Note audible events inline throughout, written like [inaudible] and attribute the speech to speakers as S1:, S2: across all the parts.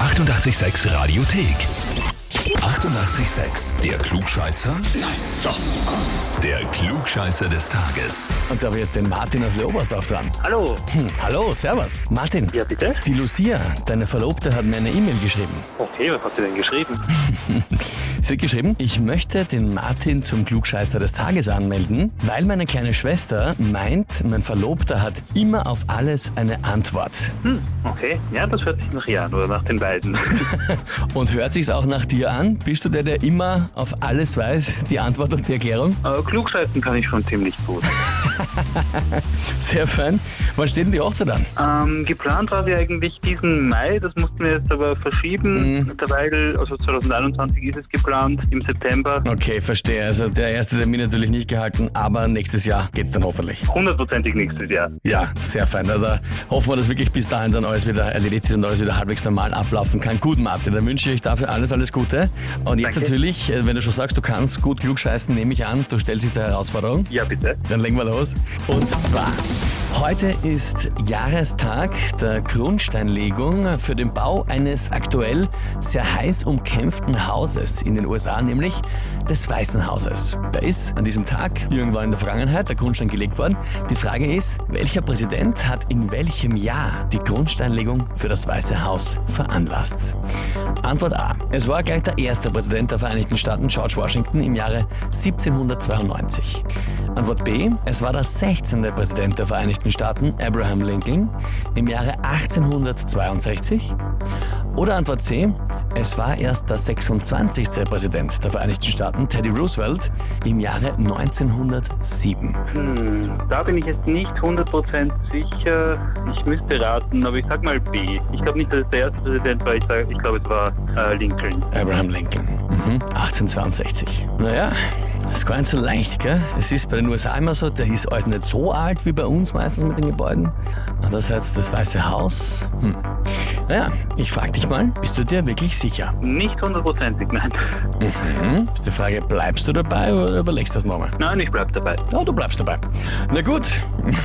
S1: 886 Radiothek. 88,6. Der Klugscheißer? Nein, doch. Der Klugscheißer des Tages.
S2: Und da habe ich jetzt den Martin aus Leobersdorf dran.
S3: Hallo.
S2: Hm, hallo, servus. Martin,
S3: Ja, bitte?
S2: die Lucia, deine Verlobte, hat mir eine E-Mail geschrieben.
S3: Okay, was hat sie denn geschrieben?
S2: Sie hat geschrieben, ich möchte den Martin zum Klugscheißer des Tages anmelden, weil meine kleine Schwester meint, mein Verlobter hat immer auf alles eine Antwort. [laughs]
S3: Hm, okay. Ja, das hört sich nach Jan oder nach den [laughs] beiden.
S2: Und hört sich's auch nach dir an? Bist du der, der immer auf alles weiß, die Antwort und die Erklärung?
S3: äh, Klugscheißen kann ich schon ziemlich gut.
S2: Sehr fein. Wann steht denn die Hochzeit an?
S3: Ähm, geplant war sie eigentlich diesen Mai, das mussten wir jetzt aber verschieben, derweil, also 2021 ist es geplant, im September.
S2: Okay, verstehe. Also der erste Termin natürlich nicht gehalten, aber nächstes Jahr geht's dann hoffentlich.
S3: Hundertprozentig nächstes Jahr.
S2: Ja, sehr fein. Also da hoffen wir, dass wirklich bis dahin dann alles wieder erledigt ist und alles wieder halbwegs normal ablaufen kann. Gut, Martin, dann wünsche ich dafür alles, alles Gute. Und jetzt
S3: Danke.
S2: natürlich, äh, wenn du schon sagst, du kannst gut klugscheißen, nehme ich an, du stellst dich der Herausforderung.
S3: Ja, bitte.
S2: Dann legen wir los. Und zwar, heute ist Jahrestag der Grundsteinlegung für den Bau eines aktuell sehr heiß umkämpften Hauses in den USA, nämlich des Weißen Hauses. Da ist an diesem Tag irgendwann in der Vergangenheit der Grundstein gelegt worden. Die Frage ist, welcher Präsident hat in welchem Jahr die Grundsteinlegung für das Weiße Haus veranlasst? Antwort A. Es war gleich der erste Präsident der Vereinigten Staaten, George Washington, im Jahre 1792. Antwort B. Es war der 16. Präsident der Vereinigten Staaten, Abraham Lincoln, im Jahre 1862. Oder Antwort C. Es war erst der 26. Präsident der Vereinigten Staaten, Teddy Roosevelt, im Jahre 1907.
S3: Hm, da bin ich jetzt nicht 100% sicher. Ich müsste raten, aber ich sag mal B. Ich glaube nicht, dass es der erste Präsident war, ich, sag- ich glaube, es war äh, Lincoln.
S2: Abraham Lincoln. Mhm. 1862. Naja, ist gar nicht so leicht, gell? Es ist bei den USA immer so, der ist alles nicht so alt wie bei uns meistens mit den Gebäuden. Andererseits das Weiße Haus. Hm. Naja, ich frag dich mal, bist du dir wirklich sicher?
S3: Nicht hundertprozentig, nein. [laughs]
S2: Mhm. Ist die Frage, bleibst du dabei oder überlegst du das nochmal?
S3: Nein, ich bleib dabei.
S2: Ja, du bleibst dabei. Na gut,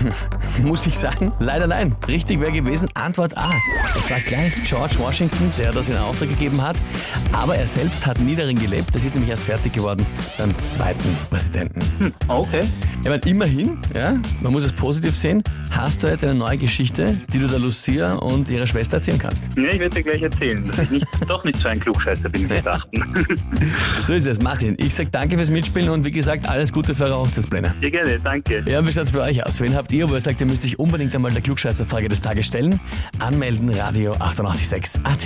S2: [laughs] muss ich sagen, leider nein. Richtig wäre gewesen, Antwort A. Das war gleich George Washington, der das in Auftrag gegeben hat. Aber er selbst hat nie darin gelebt. Das ist nämlich erst fertig geworden beim zweiten Präsidenten.
S3: Hm. Okay.
S2: Ich meine, immerhin, ja, man muss es positiv sehen, hast du jetzt eine neue Geschichte, die du der Lucia und ihrer Schwester erzählen kannst.
S3: Ja, ich werde dir gleich erzählen, dass ich nicht, [laughs] doch nicht so ein Klugscheißer bin, wie wir dachten. [laughs]
S2: So ist es, Martin. Ich sag danke fürs Mitspielen und wie gesagt, alles Gute für eure Hochzeitspläne.
S3: Sehr gerne, danke.
S2: Ja, wie schaut's bei euch aus? Wen habt ihr, wo ihr sagt, ihr müsst euch unbedingt einmal der Klugscheißerfrage des Tages stellen? Anmelden, Radio 886 AT.